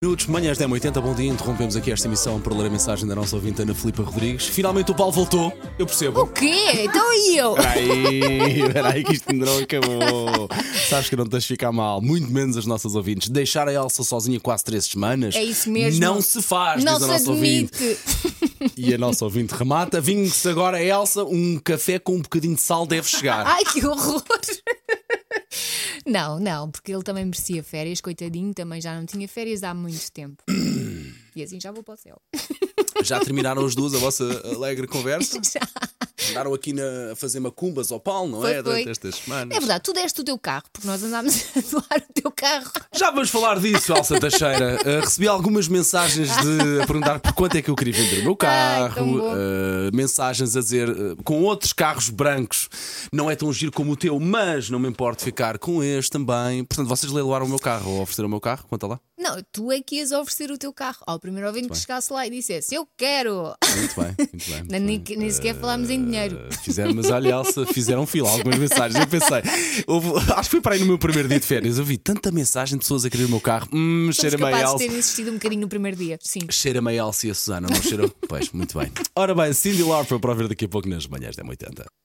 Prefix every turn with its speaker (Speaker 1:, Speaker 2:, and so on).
Speaker 1: Minutos, manhãs 10 80 bom dia. Interrompemos aqui esta emissão para ler a mensagem da nossa ouvinte Ana Filipa Rodrigues. Finalmente o Paulo voltou, eu
Speaker 2: O
Speaker 1: percebo.
Speaker 2: quê? Então e eu?
Speaker 1: Peraí, peraí, que isto ainda não acabou. Sabes que não tens de ficar mal, muito menos as nossas ouvintes. Deixar a Elsa sozinha quase três semanas
Speaker 2: É isso mesmo.
Speaker 1: não se faz,
Speaker 2: Não
Speaker 1: diz a
Speaker 2: se
Speaker 1: nossa ouvinte.
Speaker 2: admite.
Speaker 1: E a nossa ouvinte remata: vingue-se agora, Elsa, um café com um bocadinho de sal deve chegar.
Speaker 2: Ai, que horror! Não, não, porque ele também merecia férias, coitadinho, também já não tinha férias há muito tempo. E assim já vou para o céu.
Speaker 1: Já terminaram as duas a vossa alegre conversa?
Speaker 2: Já.
Speaker 1: Andaram aqui na, a fazer macumbas ao Paulo, não
Speaker 2: Foi,
Speaker 1: é? Durante
Speaker 2: foi.
Speaker 1: estas semanas.
Speaker 2: É verdade, tu deste o teu carro, porque nós andámos a doar o teu carro.
Speaker 1: Já vamos falar disso, Elsa Teixeira. Uh, recebi algumas mensagens de a perguntar por quanto é que eu queria vender o meu
Speaker 2: Ai,
Speaker 1: carro,
Speaker 2: tão bom.
Speaker 1: uh, mensagens a dizer uh, com outros carros brancos não é tão giro como o teu, mas não me importo ficar com este também. Portanto, vocês leiloaram o meu carro ou ofereceram o meu carro? Conta lá.
Speaker 2: Não, tu é que ias oferecer o teu carro ao primeiro ouvinte que chegasse lá e dissesse: Eu quero!
Speaker 1: Muito bem, muito bem. Ah,
Speaker 2: Nem, nem- nem sequer falámos em dinheiro.
Speaker 1: Fizeram, mas olha, Elsa, fizeram fila algumas mensagens. Eu pensei, houve- acho que foi para aí no meu primeiro dia de férias. Eu vi tanta mensagem de pessoas a querer o meu carro. Hum,
Speaker 2: Somos
Speaker 1: cheira-me a
Speaker 2: capazes de
Speaker 1: Elsa.
Speaker 2: ter insistido um bocadinho no primeiro dia, sim.
Speaker 1: Cheira-me a Elsa e a Susana, não cheirou? pois, muito bem. Ora bem, Cindy Lauper para ouvir daqui a pouco nas manhãs da 80.